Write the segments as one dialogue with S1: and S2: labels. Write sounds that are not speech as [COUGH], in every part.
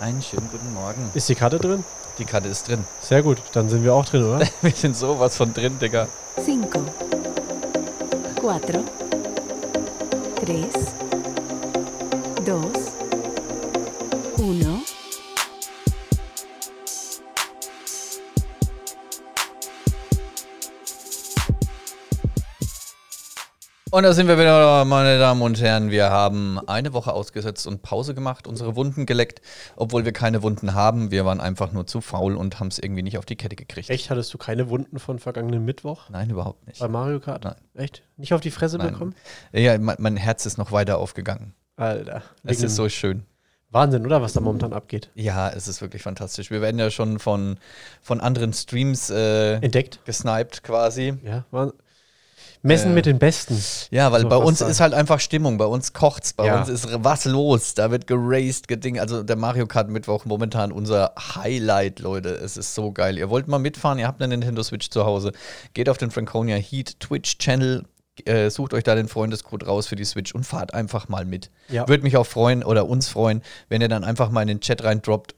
S1: Einen schönen guten Morgen.
S2: Ist die Karte drin?
S1: Die Karte ist drin. [LAUGHS]
S2: Sehr gut, dann sind wir auch drin, oder?
S1: Wir sind sowas von drin, Digga.
S3: 5, 4, 3, 2, 1.
S1: Und da sind wir wieder, meine Damen und Herren. Wir haben eine Woche ausgesetzt und Pause gemacht, unsere Wunden geleckt, obwohl wir keine Wunden haben. Wir waren einfach nur zu faul und haben es irgendwie nicht auf die Kette gekriegt.
S2: [LAUGHS] Echt, hattest du keine Wunden von vergangenen Mittwoch
S1: Nein, überhaupt nicht.
S2: bei Mario Kart?
S1: Nein.
S2: Echt? Nicht auf die Fresse
S1: Nein.
S2: bekommen?
S1: Ja, mein, mein Herz ist noch weiter aufgegangen.
S2: Alter.
S1: Es
S2: Wegen
S1: ist
S2: dem
S1: so schön.
S2: Wahnsinn, oder? Was da momentan abgeht.
S1: Ja, es ist wirklich fantastisch. Wir werden ja schon von, von anderen Streams äh,
S2: Entdeckt?
S1: gesniped quasi.
S2: Ja, Wahnsinn. Messen
S1: Äh,
S2: mit den Besten.
S1: Ja, weil
S2: So,
S1: bei
S2: was
S1: uns
S2: da-
S1: ist halt einfach Stimmung, bei uns kocht's, bei
S2: Ja.
S1: uns ist was los, da wird geraced, geding. Also der Mario Kart Mittwoch momentan unser Highlight, Leute. Es ist so geil. Ihr wollt mal mitfahren, ihr habt eine Nintendo Switch zu Hause. Geht auf den Franconia Heat Twitch Channel, äh, sucht euch da den Freundescode raus für die Switch und fahrt einfach mal mit.
S2: Ja.
S1: Würde mich auch freuen oder uns freuen, wenn ihr dann einfach mal in den Chat reindroppt,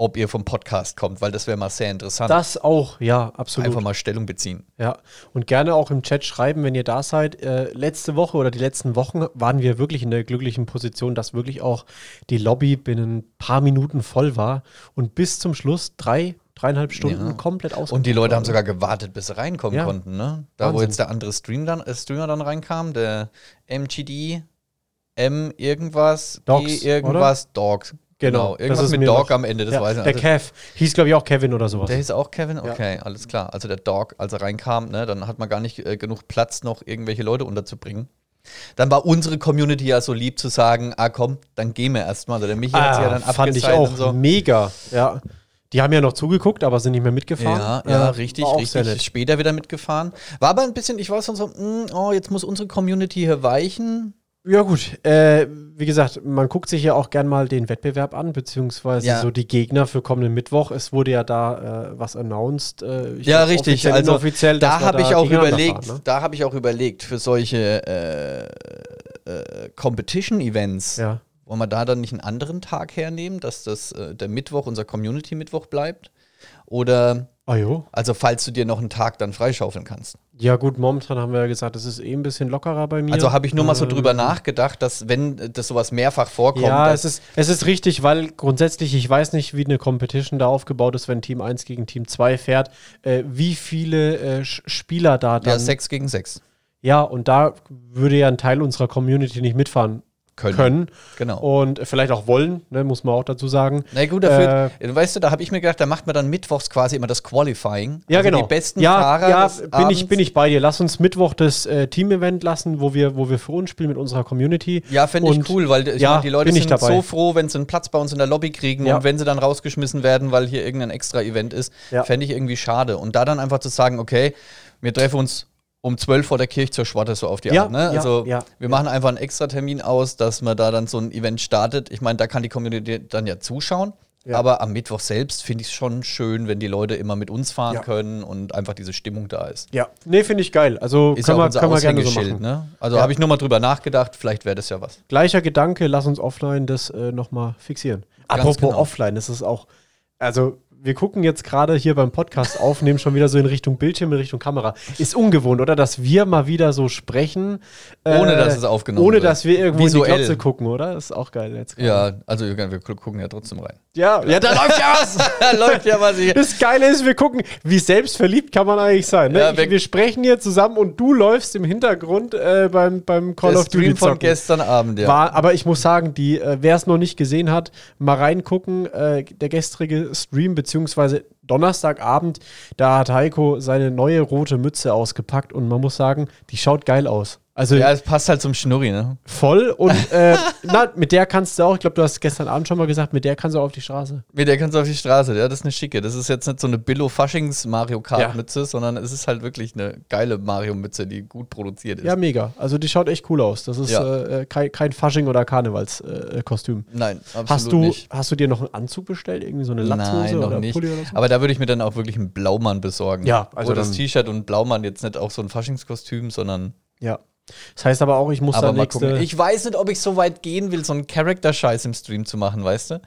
S1: ob ihr vom Podcast kommt, weil das wäre mal sehr interessant.
S2: Das auch, ja, absolut.
S1: einfach mal Stellung beziehen.
S2: Ja, und gerne auch im Chat schreiben, wenn ihr da seid. Äh, letzte Woche oder die letzten Wochen waren wir wirklich in der glücklichen Position, dass wirklich auch die Lobby binnen ein paar Minuten voll war und bis zum Schluss drei, dreieinhalb Stunden
S1: Ja.
S2: komplett aus.
S1: Und die Leute haben sogar gewartet, bis sie reinkommen
S2: Ja.
S1: konnten, ne? Da, wo
S2: Wahnsinn.
S1: jetzt der andere Stream dann, äh, Streamer dann reinkam, der MGD, M irgendwas, G
S2: Dogs,
S1: irgendwas, Dogs.
S2: Genau, das
S1: Irgendwas
S2: ist
S1: mit
S2: mir
S1: Dog
S2: noch-
S1: am Ende, das
S2: ja,
S1: weiß ich
S2: Der
S1: also,
S2: Kev hieß, glaube ich, auch Kevin oder sowas.
S1: Der hieß auch Kevin? Okay, alles klar. Also der Dog, als er reinkam, ne, dann hat man gar nicht äh, genug Platz, noch irgendwelche Leute unterzubringen. Dann war unsere Community ja so lieb zu sagen, ah komm, dann gehen wir erstmal. Also der Michi hat sich ja dann
S2: Ah, fand ich
S1: abgezeigt
S2: auch
S1: und so.
S2: mega. Ja, die haben ja noch zugeguckt, aber sind nicht mehr mitgefahren.
S1: Ja, ja,
S2: Äh,
S1: richtig,
S2: war auch Sehr
S1: richtig.
S2: nett.
S1: Später wieder mitgefahren. War aber ein bisschen, ich war schon so, mm, oh, jetzt muss unsere Community hier weichen.
S2: Ja gut, äh, wie gesagt, man guckt sich ja auch gern mal den Wettbewerb an, beziehungsweise
S1: Ja.
S2: so die Gegner für kommenden Mittwoch. Es wurde ja da äh, was announced. Äh, ich
S1: Ja,
S2: glaub,
S1: richtig.
S2: Offiziell,
S1: also
S2: inoffiziell,
S1: da
S2: dass wir
S1: habe ich auch
S2: gegeneinander
S1: überlegt,
S2: fahren, ne?
S1: da habe ich auch überlegt für solche äh, äh, Competition-Events.
S2: ne? Ja.
S1: Wollen wir da dann nicht einen anderen Tag hernehmen, dass das äh, der Mittwoch unser Community-Mittwoch bleibt? Oder
S2: Ah, jo.
S1: also falls du dir noch einen Tag dann freischaufeln kannst.
S2: Ja gut, momentan haben wir ja gesagt, es ist eh ein bisschen lockerer bei mir.
S1: Also habe ich nur mal so
S2: Ähm,
S1: drüber nachgedacht, dass wenn äh, das sowas mehrfach vorkommt,
S2: Ja,
S1: dass
S2: es ist, es ist richtig, weil grundsätzlich, ich weiß nicht, wie eine Competition da aufgebaut ist, wenn Team 1 gegen Team 2 fährt, äh, wie viele äh, Sch- Spieler da dann.
S1: ja, sechs gegen sechs
S2: Ja, und da würde ja ein Teil unserer Community nicht mitfahren
S1: können.
S2: können
S1: Genau.
S2: und vielleicht auch wollen, ne, muss man auch dazu sagen.
S1: Na
S2: Äh,
S1: gut, dafür, äh, weißt du, da habe ich mir gedacht, da macht man dann mittwochs quasi immer das Qualifying.
S2: Ja,
S1: also
S2: genau.
S1: Die besten
S2: ja,
S1: Fahrer.
S2: ja,
S1: des
S2: bin ich,
S1: Abends.
S2: bin ich bei dir. Lass uns Mittwoch das äh, Team-Event lassen, wo wir, wo wir für uns spielen mit unserer Community.
S1: Ja, fände ich
S2: Und-
S1: cool, weil ich
S2: ja,
S1: meine, die Leute
S2: bin ich
S1: sind
S2: dabei.
S1: so froh, wenn sie einen Platz bei uns in der Lobby kriegen
S2: Ja.
S1: und wenn sie dann rausgeschmissen werden, weil hier irgendein extra Event ist,
S2: Ja.
S1: fände ich irgendwie schade. Und da dann einfach zu sagen, okay, wir treffen uns um 12 vor der Kirche zur Schwarte, so auf die
S2: Ja,
S1: Art. Ne?
S2: ja,
S1: Also
S2: ja.
S1: wir machen einfach einen extra Termin aus, dass man da dann so ein Event startet. Ich meine, da kann die Community dann ja zuschauen.
S2: Ja.
S1: Aber am Mittwoch selbst finde ich es schon schön, wenn die Leute immer mit uns fahren
S2: Ja.
S1: können und einfach diese Stimmung da ist.
S2: Ja. Nee, finde ich geil. Also
S1: Ist
S2: können,
S1: ja auch
S2: wir,
S1: unser
S2: können wir gerne so
S1: Aushängeschild,
S2: machen.
S1: ne? Also
S2: Ja.
S1: habe ich nur mal drüber nachgedacht, vielleicht wäre das ja was.
S2: Gleicher Gedanke, lass uns offline das äh, nochmal fixieren.
S1: Ganz
S2: Apropos
S1: genau.
S2: offline, das ist auch. Also, wir gucken jetzt gerade hier beim Podcast aufnehmen, schon wieder so in Richtung Bildschirm, in Richtung Kamera. Ist ungewohnt, oder? Dass wir mal wieder so sprechen. äh,
S1: Ohne, dass es aufgenommen
S2: Ohne,
S1: wird.
S2: dass wir irgendwo in
S1: Visuell.
S2: die Glotze gucken, oder? Ist auch geil jetzt. gerade.
S1: Ja, also Jürgen, wir gucken ja trotzdem rein.
S2: Ja, ja, da läuft ja
S1: [LAUGHS]
S2: was.
S1: da läuft ja was hier.
S2: [LAUGHS] Das Geile ist, wir gucken, wie selbstverliebt kann man eigentlich sein. Ne?
S1: Ja,
S2: ich,
S1: wir-
S2: wir sprechen hier zusammen und du läufst im Hintergrund äh, beim, beim Call
S1: Der
S2: of Duty
S1: Stream von
S2: zocken.
S1: gestern Abend, ja.
S2: War, aber ich muss sagen, die, äh, wer es noch nicht gesehen hat, mal reingucken. Äh, der gestrige Stream beziehungsweise Donnerstagabend, da hat Heiko seine neue rote Mütze ausgepackt und man muss sagen, die schaut geil aus. Also
S1: Ja, es passt halt zum Schnurri, ne?
S2: voll und äh, [LAUGHS] na, mit der kannst du auch, ich glaube, du hast gestern Abend schon mal gesagt, mit der kannst du auch auf die Straße.
S1: Mit der kannst du auf die Straße, ja, das ist eine schicke. Das ist jetzt nicht so eine
S2: Ja.
S1: Billo-Faschings-Mario-Kart-Mütze, sondern es ist halt wirklich eine geile Mario-Mütze, die gut produziert ist.
S2: Ja, mega. Also die schaut echt cool aus. Das ist
S1: Ja.
S2: äh, äh, kein, kein Fasching oder Karnevalskostüm. Äh, Kostüm.
S1: Nein, absolut
S2: hast, du,
S1: nicht.
S2: hast du dir noch einen Anzug bestellt? Irgendwie so eine Latzhose
S1: Nein,
S2: oder
S1: noch
S2: einen
S1: nicht.
S2: Pulli oder so?
S1: Aber da würde ich mir dann auch wirklich einen Blaumann besorgen.
S2: Ja, also
S1: also das
S2: dann-
S1: T-Shirt und Blaumann jetzt nicht auch so ein Faschingskostüm, sondern
S2: Ja. Das heißt aber auch, ich muss
S1: Aber
S2: dann
S1: mal
S2: nächste.
S1: gucken. Ich weiß nicht, ob ich so weit gehen will, so einen Charakter-Scheiß im Stream zu machen, weißt du?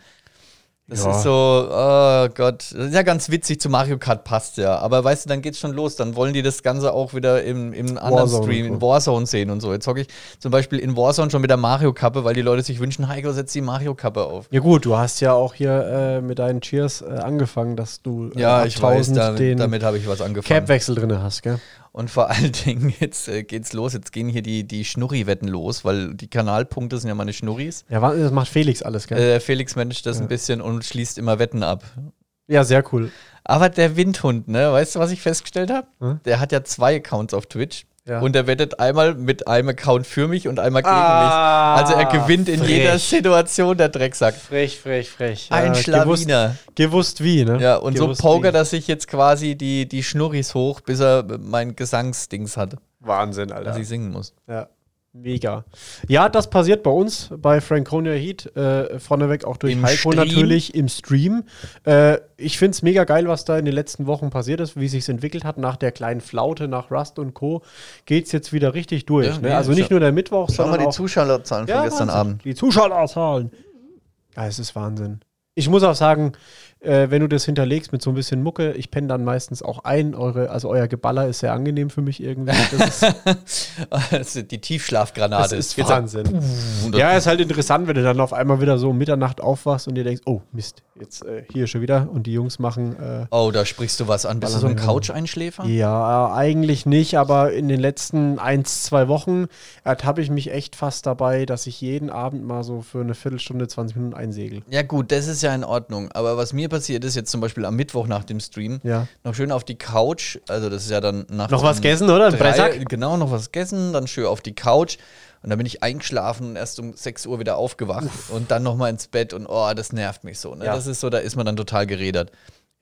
S1: Das ist so, oh Gott, das ist ja ganz witzig, zu Mario Kart passt ja. Aber weißt du, dann geht's schon los. Dann wollen die das Ganze auch wieder im, im anderen
S2: Warzone
S1: Stream,
S2: und
S1: in
S2: so.
S1: Warzone sehen und so. Jetzt hocke ich zum Beispiel in Warzone schon mit der Mario-Kappe, weil die Leute sich wünschen, Heiko, setz die Mario-Kappe auf.
S2: Ja gut, du hast ja auch hier äh, mit deinen Cheers äh, angefangen, dass du äh,
S1: Ja, ich weiß,
S2: 8000
S1: da,
S2: den
S1: damit habe ich was angefangen.
S2: Cap-Wechsel drin hast, gell?
S1: Und vor allen Dingen, jetzt äh, geht's los, jetzt gehen hier die, die Schnurri-Wetten los, weil die Kanalpunkte sind ja meine Schnurris.
S2: Ja, wa- das macht Felix alles, gell?
S1: Äh, Felix managt das ein bisschen und schließt immer Wetten ab.
S2: ja, sehr cool.
S1: Aber der Windhund, ne, weißt du, was ich festgestellt habe?
S2: Hm?
S1: Der hat ja zwei Accounts auf Twitch.
S2: Ja.
S1: Und er wettet einmal mit einem Account für mich und einmal gegen
S2: Ah,
S1: mich. Also er gewinnt in
S2: frech.
S1: jeder Situation, der Drecksack.
S2: Frech, frech, frech.
S1: Ein Schlawiner.
S2: Gewusst, gewusst wie, ne?
S1: Ja, und
S2: gewusst
S1: so pokert
S2: wie.
S1: er sich jetzt quasi die, die Schnurris hoch, bis er mein Gesangsdings hat,
S2: Wahnsinn, Alter.
S1: dass ich singen muss.
S2: Also, Ja. Mega. Ja, das passiert bei uns, bei Franconia Heat, äh, vorneweg auch durch
S1: Im
S2: Heiko
S1: Stream.
S2: natürlich im Stream. Äh, ich finde es mega geil, was da in den letzten Wochen passiert ist, wie sich entwickelt hat. Nach der kleinen Flaute, nach Rust und Co. geht es jetzt wieder richtig durch.
S1: Ja, nee,
S2: ne? Also
S1: ist
S2: nicht
S1: ja-
S2: nur der Mittwoch, sondern auch
S1: Zuschauerzahlen
S2: Ja, Wahnsinn.
S1: [LAUGHS]
S2: Die Zuschauerzahlen. Ja, es ist Wahnsinn. Ich muss auch sagen, äh, wenn du das hinterlegst mit so ein bisschen Mucke, ich penne dann meistens auch ein. Eure, also euer Geballer ist sehr angenehm für mich irgendwie. Das ist,
S1: Das ist Also die Tiefschlafgranate.
S2: das ist
S1: Jetzt sagt,
S2: Wahnsinn.
S1: "Puh",
S2: Ja, ist halt interessant, wenn du dann auf einmal wieder so um Mitternacht aufwachst und dir denkst, oh Mist, jetzt äh, hier schon wieder und die Jungs machen. Äh,
S1: Oh, da sprichst du was an. Bist du so ein Couch-Einschläfer?
S2: ja, eigentlich nicht, aber in den letzten ein, zwei Wochen ertappe ich mich echt fast dabei, dass ich jeden Abend mal so für eine Viertelstunde, 20 Minuten einsegel.
S1: Ja, gut, das ist ja in Ordnung. Aber was mir passiert ist, jetzt zum Beispiel am Mittwoch nach dem Stream,
S2: Ja.
S1: noch schön auf die Couch, also das ist ja dann nach.
S2: Noch was gegessen, oder? Ein
S1: Drei,
S2: Breitsack?
S1: genau, noch was gegessen, dann schön auf die Couch. Und dann bin ich eingeschlafen und erst um 6 Uhr wieder aufgewacht und dann nochmal ins Bett und oh, das nervt mich so. Ne?
S2: Ja.
S1: Das ist so, da ist man dann total gerädert.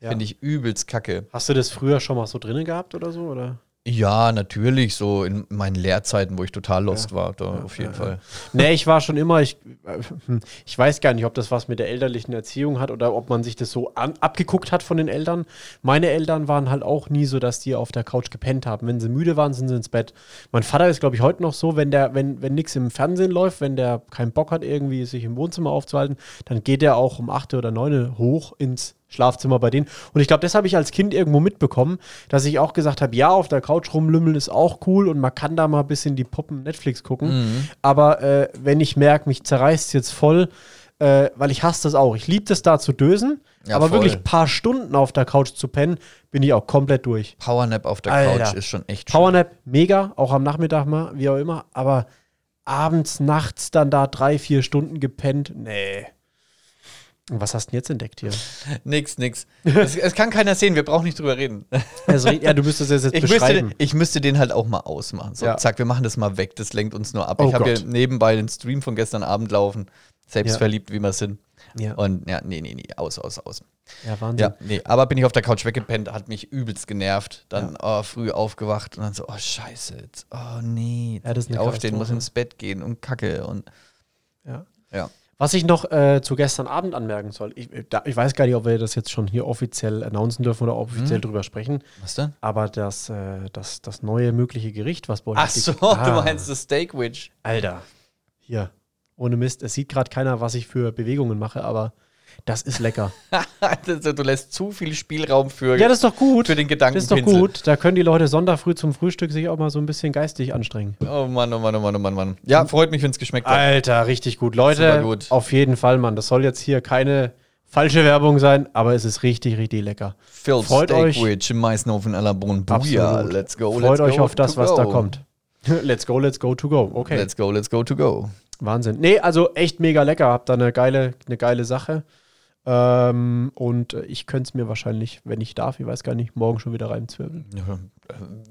S2: Ja.
S1: Finde ich übelst kacke.
S2: Hast du das früher schon mal so drinnen gehabt oder so? Oder?
S1: Ja, natürlich, so in meinen Lehrzeiten, wo ich total lost war, da, auf jeden Fall.
S2: Nee, ich war schon immer, ich, äh, hm, ich weiß gar nicht, ob das was mit der elterlichen Erziehung hat oder ob man sich das so an, abgeguckt hat von den Eltern. Meine Eltern waren halt auch nie so, dass die auf der Couch gepennt haben. Wenn sie müde waren, sind sie ins Bett. Mein Vater ist, glaube ich, heute noch so, wenn der, wenn, wenn nichts im Fernsehen läuft, wenn der keinen Bock hat, irgendwie sich im Wohnzimmer aufzuhalten, dann geht er auch um 8 oder 9 hoch ins Schlafzimmer bei denen. Und ich glaube, das habe ich als Kind irgendwo mitbekommen, dass ich auch gesagt habe, ja, auf der Couch rumlümmeln ist auch cool und man kann da mal ein bisschen die Puppen Netflix gucken.
S1: Mhm.
S2: Aber äh, wenn ich merke, mich zerreißt jetzt voll, äh, weil ich hasse das auch. Ich liebe das da zu dösen,
S1: Ja,
S2: aber
S1: voll.
S2: wirklich ein paar Stunden auf der Couch zu pennen, bin ich auch komplett durch.
S1: Powernap auf der
S2: Alter.
S1: Couch ist schon echt schön.
S2: Powernap, mega, auch am Nachmittag mal, wie auch immer, aber abends, nachts dann da drei, vier Stunden gepennt, nee. Und Was hast du denn jetzt
S1: [LAUGHS]
S2: entdeckt hier?
S1: Nix, nix. es, es kann keiner sehen, wir brauchen nicht drüber reden.
S2: Also, ja, du müsstest es jetzt
S1: Ich müsste,
S2: beschreiben.
S1: den, ich müsste den halt auch mal ausmachen. So,
S2: Ja.
S1: zack, wir machen das mal weg, das lenkt uns nur ab.
S2: Oh
S1: ich habe
S2: Gott.
S1: hier nebenbei den Stream von gestern Abend laufen, selbstverliebt, wie wir sind.
S2: Ja.
S1: Und ja, nee, nee, nee, aus, aus, aus.
S2: Ja, Wahnsinn.
S1: Ja, nee, aber bin ich auf der Couch weggepennt, hat mich übelst genervt. Dann oh, früh aufgewacht und dann so, oh scheiße, jetzt, oh nee,
S2: Ja, das ist eine
S1: aufstehen, muss
S2: Katastrophe.
S1: ins Bett gehen und kacke und
S2: Ja.
S1: ja.
S2: Was ich noch äh, zu gestern Abend anmerken soll, ich, äh, da, ich weiß gar nicht, ob wir das jetzt schon hier offiziell announcen dürfen oder offiziell drüber sprechen,
S1: Hm. Was denn?
S2: aber das, äh, das, das neue mögliche Gericht, was bei euch
S1: Ach
S2: auf die-
S1: so, du
S2: Ah,
S1: meinst das Steak Witch.
S2: Alter, hier, ohne Mist, es sieht gerade keiner, was ich für Bewegungen mache, aber das ist lecker.
S1: [LAUGHS] Also, du lässt zu viel Spielraum für,
S2: ja, das ist doch gut.
S1: für den
S2: das ist doch
S1: Gedankenpinsel.
S2: gut. Da können die Leute Sonntagfrüh zum Frühstück sich auch mal so ein bisschen geistig anstrengen.
S1: Oh Mann, oh Mann, oh Mann, oh Mann, Mann. Ja, freut mich, wenn es geschmeckt hat.
S2: Alter, richtig gut. Leute,
S1: Super gut.
S2: auf jeden Fall, Mann. Das soll jetzt hier keine falsche Werbung sein, aber es ist richtig, richtig lecker.
S1: Phil
S2: freut
S1: Steak
S2: euch.
S1: Witch im Meißenofen à la Bonne. Booyah,
S2: Absolut.
S1: let's go,
S2: Freut
S1: let's
S2: euch
S1: go
S2: auf das,
S1: to
S2: was da
S1: go.
S2: kommt. [LAUGHS] Let's go, let's go to go. Okay,
S1: Let's go, let's go to go.
S2: Wahnsinn. Nee, also echt mega lecker. Habt da eine geile, eine geile Sache. Ähm, und äh, ich könnte es mir wahrscheinlich, wenn ich darf, ich weiß gar nicht, morgen schon wieder reinzwirbeln.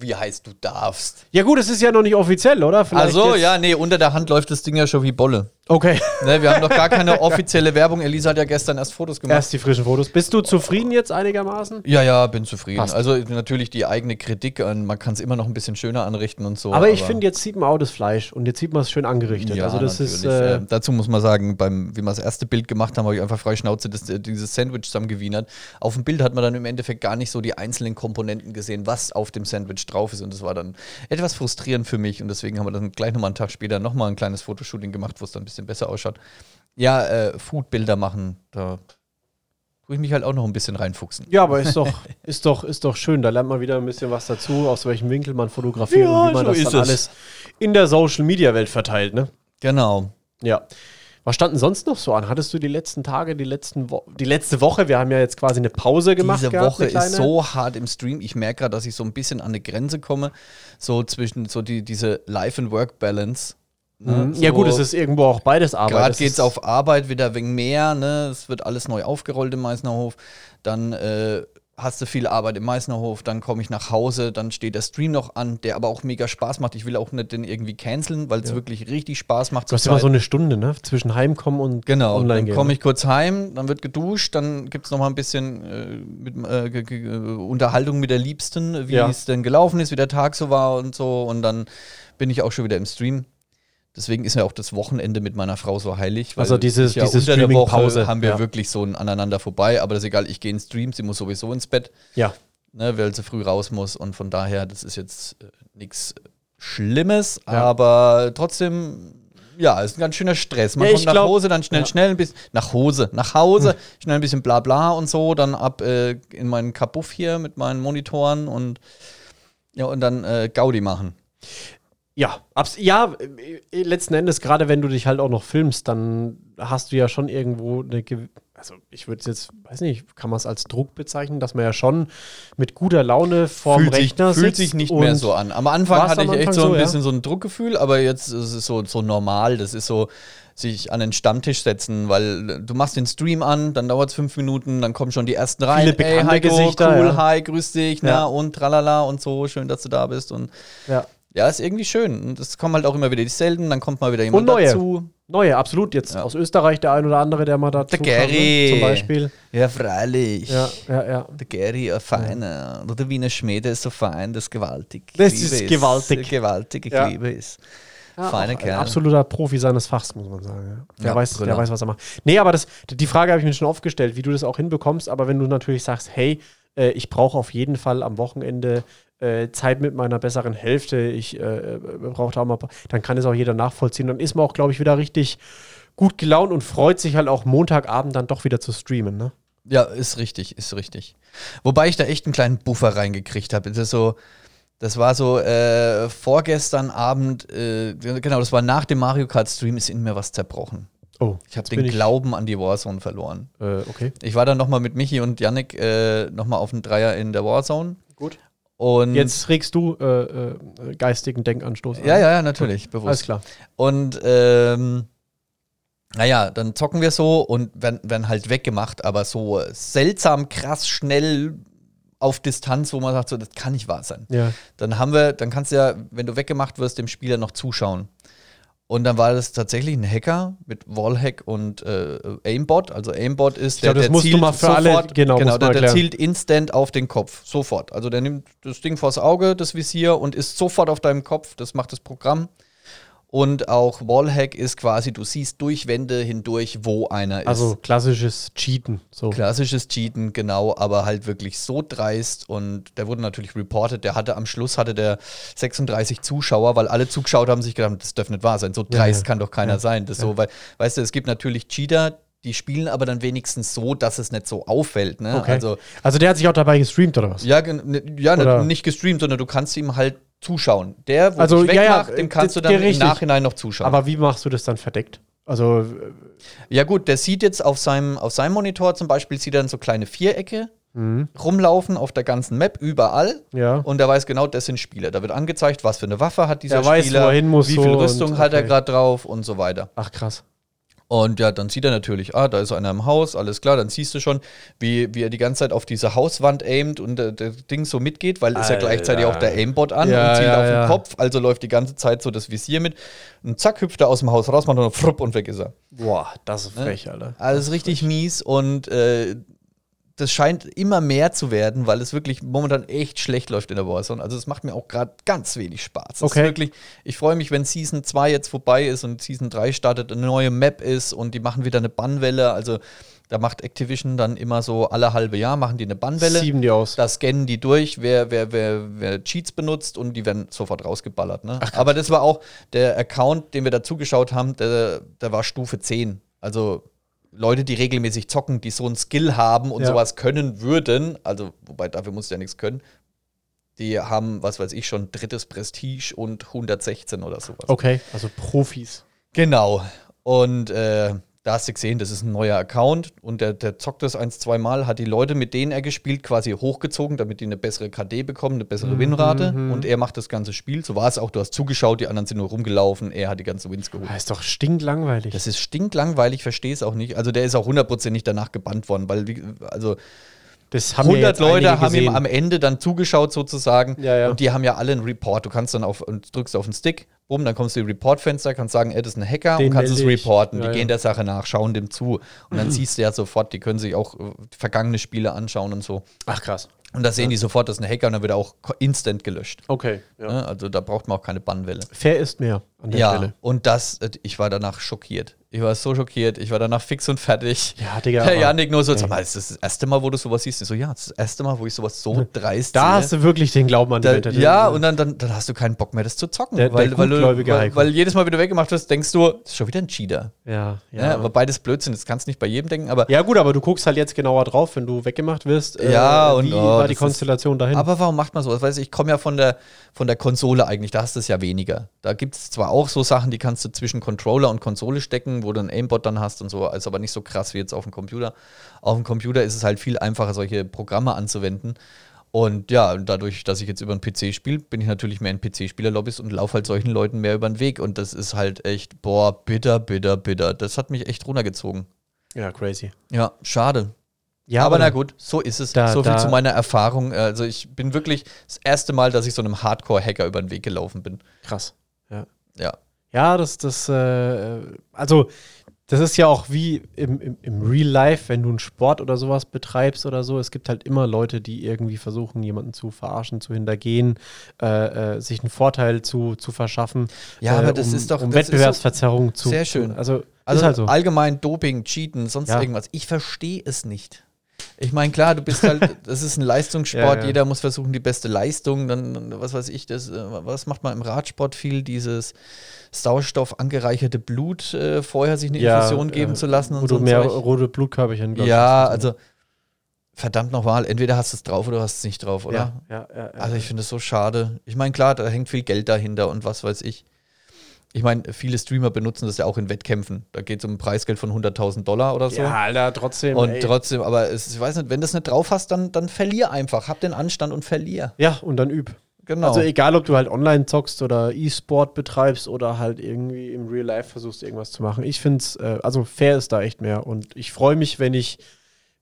S1: Wie heißt du darfst?
S2: Ja gut, es ist ja noch nicht offiziell, oder? Vielleicht
S1: also,
S2: jetzt-
S1: ja, nee, unter der Hand läuft das Ding ja schon wie Bolle.
S2: Okay, [LAUGHS]
S1: Ne, wir haben noch gar keine offizielle Werbung. Elisa hat ja gestern erst Fotos gemacht.
S2: erst die frischen Fotos. Bist du zufrieden jetzt einigermaßen?
S1: ja, ja, bin zufrieden.
S2: Passt.
S1: Also natürlich die eigene Kritik an, man kann es immer noch ein bisschen schöner anrichten und so.
S2: Aber ich finde, jetzt sieht man auch das Fleisch und jetzt sieht man es schön angerichtet.
S1: Ja,
S2: also das ist,
S1: natürlich.
S2: äh,
S1: Ähm, dazu muss man sagen, beim, wie wir das erste Bild gemacht haben, habe ich einfach frei Schnauze das, äh, dieses Sandwich zusammengewienert. Auf dem Bild hat man dann im Endeffekt gar nicht so die einzelnen Komponenten gesehen, was auf dem Sandwich drauf ist. Und das war dann etwas frustrierend für mich. Und deswegen haben wir dann gleich nochmal einen Tag später nochmal ein kleines Fotoshooting gemacht, wo es dann ein bisschen besser ausschaut. Ja, äh, Foodbilder machen, da tue ich mich halt auch noch ein bisschen reinfuchsen.
S2: Ja, aber ist
S1: [LAUGHS]
S2: doch, ist doch, ist doch schön. Da lernt man wieder ein bisschen was dazu, aus welchem Winkel man fotografiert
S1: Ja,
S2: und wie man
S1: so
S2: das
S1: ist
S2: dann
S1: es.
S2: alles in der Social Media Welt verteilt, ne?
S1: Genau.
S2: Ja. Was stand denn sonst noch so an? Hattest du die letzten Tage, die letzten Wo die letzte Woche, wir haben ja jetzt quasi eine Pause gemacht.
S1: Diese
S2: gehabt,
S1: Woche
S2: eine
S1: ist
S2: kleine.
S1: so hart im Stream. Ich merke gerade, dass ich so ein bisschen an eine Grenze komme. So zwischen so die, diese Life and Work Balance. ne?
S2: Mhm.
S1: So
S2: Ja, gut, es ist irgendwo auch beides Arbeit.
S1: Gerade
S2: Es
S1: geht es
S2: ist-
S1: auf Arbeit wieder wegen mehr, ne? Es wird alles neu aufgerollt im Meißnerhof. Dann äh, hast du viel Arbeit im Meißnerhof, dann komme ich nach Hause, dann steht der Stream noch an, der aber auch mega Spaß macht. Ich will auch nicht den irgendwie canceln, weil es wirklich richtig Spaß macht.
S2: Du hast
S1: zur
S2: immer
S1: Zeit.
S2: so eine Stunde, ne? Zwischen Heimkommen und
S1: Genau,
S2: online
S1: dann
S2: gehen.
S1: komme ich kurz heim, dann wird geduscht, dann gibt es mal ein bisschen äh, mit, äh, ge- ge- äh, Unterhaltung mit der Liebsten, wie
S2: Ja.
S1: es denn gelaufen ist, wie der Tag so war und so. Und dann bin ich auch schon wieder im Stream. Deswegen ist ja auch das Wochenende mit meiner Frau so heilig.
S2: Also dieses-
S1: ich
S2: diese
S1: unter der
S2: Streaming-Pause,
S1: Woche haben wir
S2: ja.
S1: wirklich so ein Aneinander vorbei. Aber das ist egal, ich gehe in den Stream, sie muss sowieso ins Bett,
S2: Ja.
S1: ne, weil sie früh raus muss. Und von daher, das ist jetzt äh, nichts Schlimmes,
S2: Ja.
S1: aber trotzdem ja, ist ein ganz schöner Stress. Man
S2: Ja, ich
S1: kommt nach
S2: glaub-
S1: Hause, dann schnell,
S2: Ja. Hm.
S1: schnell ein bisschen, nach Hose, nach Hause, schnell ein bisschen bla bla und so, dann ab äh, in meinen Kabuff hier mit meinen Monitoren und ja, und dann äh, Gaudi machen.
S2: Ja, abs ja, äh, letzten Endes, gerade wenn du dich halt auch noch filmst, dann hast du ja schon irgendwo eine, gew- also ich würde jetzt, weiß nicht, kann man es als Druck bezeichnen, dass man ja schon mit guter Laune vorm Rechner
S1: fühlt
S2: sitzt
S1: sich nicht
S2: und
S1: mehr so an. Am Anfang
S2: War's
S1: hatte
S2: am
S1: ich echt
S2: Anfang
S1: so ein
S2: so, ja?
S1: bisschen so ein Druckgefühl, aber jetzt ist es so, so normal. Das ist so, sich an den Stammtisch setzen, weil du machst den Stream an, dann dauert es fünf Minuten, dann kommen schon die ersten rein.
S2: bekannte
S1: hi,
S2: Gesichter,
S1: Cool,
S2: ja.
S1: hi, grüß dich, na
S2: Ja.
S1: und tralala und so. Schön, dass du da bist und
S2: Ja.
S1: Ja, ist irgendwie schön. Und es kommen halt auch immer wieder dieselben, dann kommt mal wieder jemand
S2: Und neue.
S1: dazu.
S2: Neue, absolut. Jetzt aus Österreich der ein oder andere, der mal dazu
S1: Der Gary.
S2: Kam, ne? zum Beispiel.
S1: Ja, freilich.
S2: Ja, ja, ja.
S1: Der Gary, ein feiner. Oder der Wiener Schmied, der ist so fein, das ist gewaltig.
S2: Das
S1: Ich liebe
S2: ist
S1: es. [LAUGHS]
S2: gewaltig.
S1: Gewaltig, ich
S2: Ja.
S1: liebe es.
S2: Ja,
S1: Feiner
S2: auch
S1: Kerl.
S2: Ein absoluter Profi seines Fachs, muss man sagen. ja. Der,
S1: Ja,
S2: weiß,
S1: Brüller.
S2: der weiß, was er macht. Nee, aber das, die Frage habe ich mir schon oft gestellt, wie du das auch hinbekommst. Aber wenn du natürlich sagst, hey, äh, ich brauche auf jeden Fall am Wochenende äh, Zeit mit meiner besseren Hälfte, ich äh, brauche da auch mal, ein paar- dann kann es auch jeder nachvollziehen. Dann ist man auch, glaube ich, wieder richtig gut gelaunt und freut sich halt auch Montagabend dann doch wieder zu streamen. Ne?
S1: Ja, ist richtig, ist richtig. Wobei ich da echt einen kleinen Buffer reingekriegt habe. Das ist so, das war so äh, vorgestern Abend, äh, genau, das war nach dem Mario Kart Stream, ist in mir was zerbrochen.
S2: Oh,
S1: Ich habe
S2: jetzt
S1: den
S2: bin
S1: Glauben an die Warzone verloren.
S2: Äh, okay.
S1: Ich war dann nochmal mit Michi und Yannick äh, nochmal auf dem Dreier in der Warzone.
S2: Gut.
S1: Und
S2: Jetzt regst du äh, äh, geistigen Denkanstoß an.
S1: Ja, ja, ja, natürlich, bewusst.
S2: Alles klar.
S1: Und ähm, naja, dann zocken wir so und werden, werden halt weggemacht, aber so seltsam krass schnell auf Distanz, wo man sagt, so, das kann nicht wahr sein.
S2: Ja.
S1: Dann haben wir, dann kannst du ja, wenn du weggemacht wirst, dem Spieler noch zuschauen. Und dann war das tatsächlich ein Hacker mit Wallhack und äh, Aimbot. Also Aimbot ist
S2: Ich glaub, das musst du mal für alle-
S1: genau,
S2: genau, musst du
S1: der,
S2: mal
S1: der
S2: erklären.
S1: zielt instant auf den Kopf, sofort. Also der nimmt das Ding vors Auge, das Visier und ist sofort auf deinem Kopf. Das macht das Programm. Und auch Wallhack ist quasi, du siehst durch Wände hindurch, wo einer ist.
S2: Also klassisches Cheaten. So.
S1: Klassisches Cheaten, genau, aber halt wirklich so dreist und der wurde natürlich reported, der hatte am Schluss hatte der 36 Zuschauer, weil alle zugeschaut haben sich gedacht, das darf nicht wahr sein, so
S2: Ja,
S1: dreist
S2: ja.
S1: kann doch keiner
S2: Ja,
S1: sein. Das so, weil, weißt du, es gibt natürlich Cheater, die spielen aber dann wenigstens so, dass es nicht so auffällt. Ne?
S2: Okay.
S1: Also,
S2: Also, der hat sich auch dabei gestreamt oder was?
S1: ja, gen- ne- ja
S2: Oder-
S1: ne- nicht gestreamt, sondern du kannst ihm halt zuschauen. Der, wo
S2: Also,
S1: dich
S2: ja, ja,
S1: wegmacht, dem kannst du
S2: äh,
S1: dann im
S2: richtig.
S1: Nachhinein noch zuschauen.
S2: Aber wie machst du das dann verdeckt? Also äh,
S1: Ja gut, der sieht jetzt auf seinem, auf seinem Monitor zum Beispiel, sieht er dann so kleine Vierecke
S2: Mhm.
S1: rumlaufen auf der ganzen Map, überall.
S2: Ja.
S1: Und er weiß genau, das sind Spieler. Da wird angezeigt, was für eine Waffe hat dieser
S2: Der weiß,
S1: Spieler,
S2: wo er hin muss,
S1: wie viel
S2: so und-
S1: Rüstung hat er
S2: okay.
S1: gerade drauf und so weiter.
S2: ach krass.
S1: Und ja, dann sieht er natürlich, ah, da ist einer im Haus, alles klar, dann siehst du schon, wie, wie er die ganze Zeit auf diese Hauswand aimt und äh, das Ding so mitgeht, weil ist ja
S2: Alter.
S1: gleichzeitig auch der Aimbot an
S2: Ja,
S1: und zielt
S2: ja,
S1: auf den
S2: ja.
S1: Kopf, also läuft die ganze Zeit so das Visier mit und zack, hüpft er aus dem Haus raus, macht nur frupp und weg ist er.
S2: Boah, das ist frech, Alter.
S1: Also es ist richtig mies und äh, das scheint immer mehr zu werden, weil es wirklich momentan echt schlecht läuft in der Warzone. Also es macht mir auch gerade ganz wenig Spaß. Es
S2: Okay.
S1: Ist wirklich, ich freue mich, wenn Season 2 jetzt vorbei ist und Season 3 startet, eine neue Map ist und die machen wieder eine Bannwelle. Also da macht Activision dann immer so alle halbe Jahr machen die eine Bannwelle.
S2: Sieben die aus.
S1: Da scannen die durch, wer, wer, wer, wer Cheats benutzt und die werden sofort rausgeballert. Ne? Aber das war auch der Account, den wir dazugeschaut haben, der, der war Stufe 10. Also Leute, die regelmäßig zocken, die so einen Skill haben und
S2: Ja.
S1: sowas können würden, also wobei dafür musst du ja nichts können, die haben, was weiß ich, schon drittes Prestige und 116 oder sowas.
S2: Okay, also Profis.
S1: Genau. Und äh, da hast du gesehen, das ist ein neuer Account und der, der zockt das ein, zwei Mal, hat die Leute, mit denen er gespielt, quasi hochgezogen, damit die eine bessere KD bekommen, eine bessere Winrate. Und er macht das ganze Spiel. So war es auch, du hast zugeschaut, die anderen sind nur rumgelaufen, er hat die ganzen Wins geholt.
S2: Ah, ist doch stinklangweilig.
S1: Das ist stinklangweilig, verstehe es auch nicht. Also der ist auch hundertprozentig danach gebannt worden, weil wie, also
S2: das
S1: 100
S2: jetzt einige
S1: Leute haben ihm
S2: gesehen.
S1: am Ende dann zugeschaut sozusagen
S2: Ja, ja.
S1: und die haben ja alle einen Report. Du kannst dann auf und drückst auf den Stick, bumm, dann kommst du in die Report-Fenster, kannst sagen, ey, das ist ein Hacker
S2: Den
S1: und kannst es
S2: melde ich.
S1: reporten.
S2: Ja, Mhm.
S1: die
S2: ja.
S1: gehen der Sache nach, schauen dem zu und dann siehst du ja sofort, die können sich auch äh, vergangene Spiele anschauen und so.
S2: Ach krass.
S1: Und da sehen die sofort, das ist ein Hacker und dann wird er auch ko- instant gelöscht.
S2: Okay.
S1: Ne? Also da braucht man auch keine Bannwelle.
S2: Fair ist mehr an der
S1: Ja,
S2: Stelle.
S1: und das, äh, ich war danach schockiert. Ich war so schockiert, ich war danach fix und fertig.
S2: Ja, Digga,
S1: Der
S2: aber-
S1: Janik nur so, sag mal, ist das das erste Mal, wo du sowas siehst? Ich so, ja, das ist das erste Mal, wo ich sowas so dreist
S2: Da
S1: sehe.
S2: hast du wirklich den Glauben an die
S1: ne? Da,
S2: Welt.
S1: ja, und dann, dann, dann hast du keinen Bock mehr, das zu zocken.
S2: Der- der
S1: weil, weil, du,
S2: gutgläubige
S1: weil,
S2: Heiko.
S1: weil jedes Mal, wenn du weggemacht wirst, denkst du, das ist schon wieder ein Cheater.
S2: Ja,
S1: Ja.
S2: ja.
S1: aber beides Blödsinn, das kannst du nicht bei jedem denken, aber,
S2: Ja, gut, aber du guckst halt jetzt genauer drauf, wenn du weggemacht wirst. äh,
S1: Ja, und-
S2: wie
S1: oh,
S2: war
S1: das
S2: die
S1: ist-
S2: Konstellation dahin?
S1: aber warum macht man sowas? Weißt du, ich komme ja von der, von der Konsole eigentlich, da hast du es ja weniger. Da gibt es zwar auch so Sachen, die kannst du zwischen Controller und Konsole stecken, wo du einen Aimbot dann hast und so, ist aber nicht so krass wie jetzt auf dem Computer. Auf dem Computer ist es halt viel einfacher, solche Programme anzuwenden. Und ja, und dadurch, dass ich jetzt über den PC spiele, bin ich natürlich mehr ein PC-Spieler-Lobbyist und laufe halt solchen Leuten mehr über den Weg. Und das ist halt echt, boah, bitter, bitter, bitter. Das hat mich echt runtergezogen.
S2: ja, crazy.
S1: Ja, schade.
S2: Ja,
S1: aber na
S2: dann-
S1: gut, so ist es.
S2: da-
S1: so viel
S2: da-
S1: zu meiner Erfahrung. Also ich bin wirklich das erste Mal, dass ich so einem Hardcore-Hacker über den Weg gelaufen bin.
S2: Krass. Ja.
S1: Ja.
S2: Ja, das, das, äh, also, das ist ja auch wie im, im, im Real Life, wenn du einen Sport oder sowas betreibst oder so. Es gibt halt immer Leute, die irgendwie versuchen, jemanden zu verarschen, zu hintergehen, äh, äh, sich einen Vorteil zu, zu verschaffen.
S1: Ja,
S2: äh,
S1: aber das
S2: um,
S1: ist doch-
S2: Um
S1: das ist so-
S2: Wettbewerbsverzerrung zu.
S1: Sehr schön.
S2: Zu, also,
S1: Also
S2: ist halt so.
S1: allgemein Doping, Cheaten, sonst
S2: Ja.
S1: irgendwas. Ich verstehe es nicht. Ich meine, klar, du bist halt,
S2: [LAUGHS]
S1: das ist ein Leistungssport,
S2: Ja, ja.
S1: jeder muss versuchen, die beste Leistung, dann, was weiß ich, das, äh, was macht man im Radsport viel, dieses Sauerstoff angereicherte Blut äh, vorher sich eine Infusion geben
S2: äh,
S1: zu lassen
S2: Wo
S1: und so.
S2: du
S1: ein
S2: mehr
S1: Zeug.
S2: rote Blutkörperchen glaub ich,
S1: ja,
S2: hast.
S1: also verdammt nochmal, entweder hast du es drauf oder hast es nicht drauf, oder?
S2: Ja, ja, ja, ja.
S1: Also ich finde es so schade. Ich meine, klar, da hängt viel Geld dahinter und was weiß ich. Ich meine, viele Streamer benutzen das ja auch in Wettkämpfen. Da geht es um ein Preisgeld von 100.000 Dollar oder so.
S2: ja, Alter, trotzdem.
S1: und
S2: ey.
S1: trotzdem, aber es, ich weiß nicht, wenn du es nicht drauf hast, dann, dann verlier einfach. Hab den Anstand und verlier.
S2: ja, und dann üb.
S1: Genau.
S2: Also egal, ob du halt online zockst oder E-Sport betreibst oder halt irgendwie im Real Life versuchst, irgendwas zu machen. Ich finde es, äh, also fair ist da echt mehr. Und ich freue mich, wenn ich,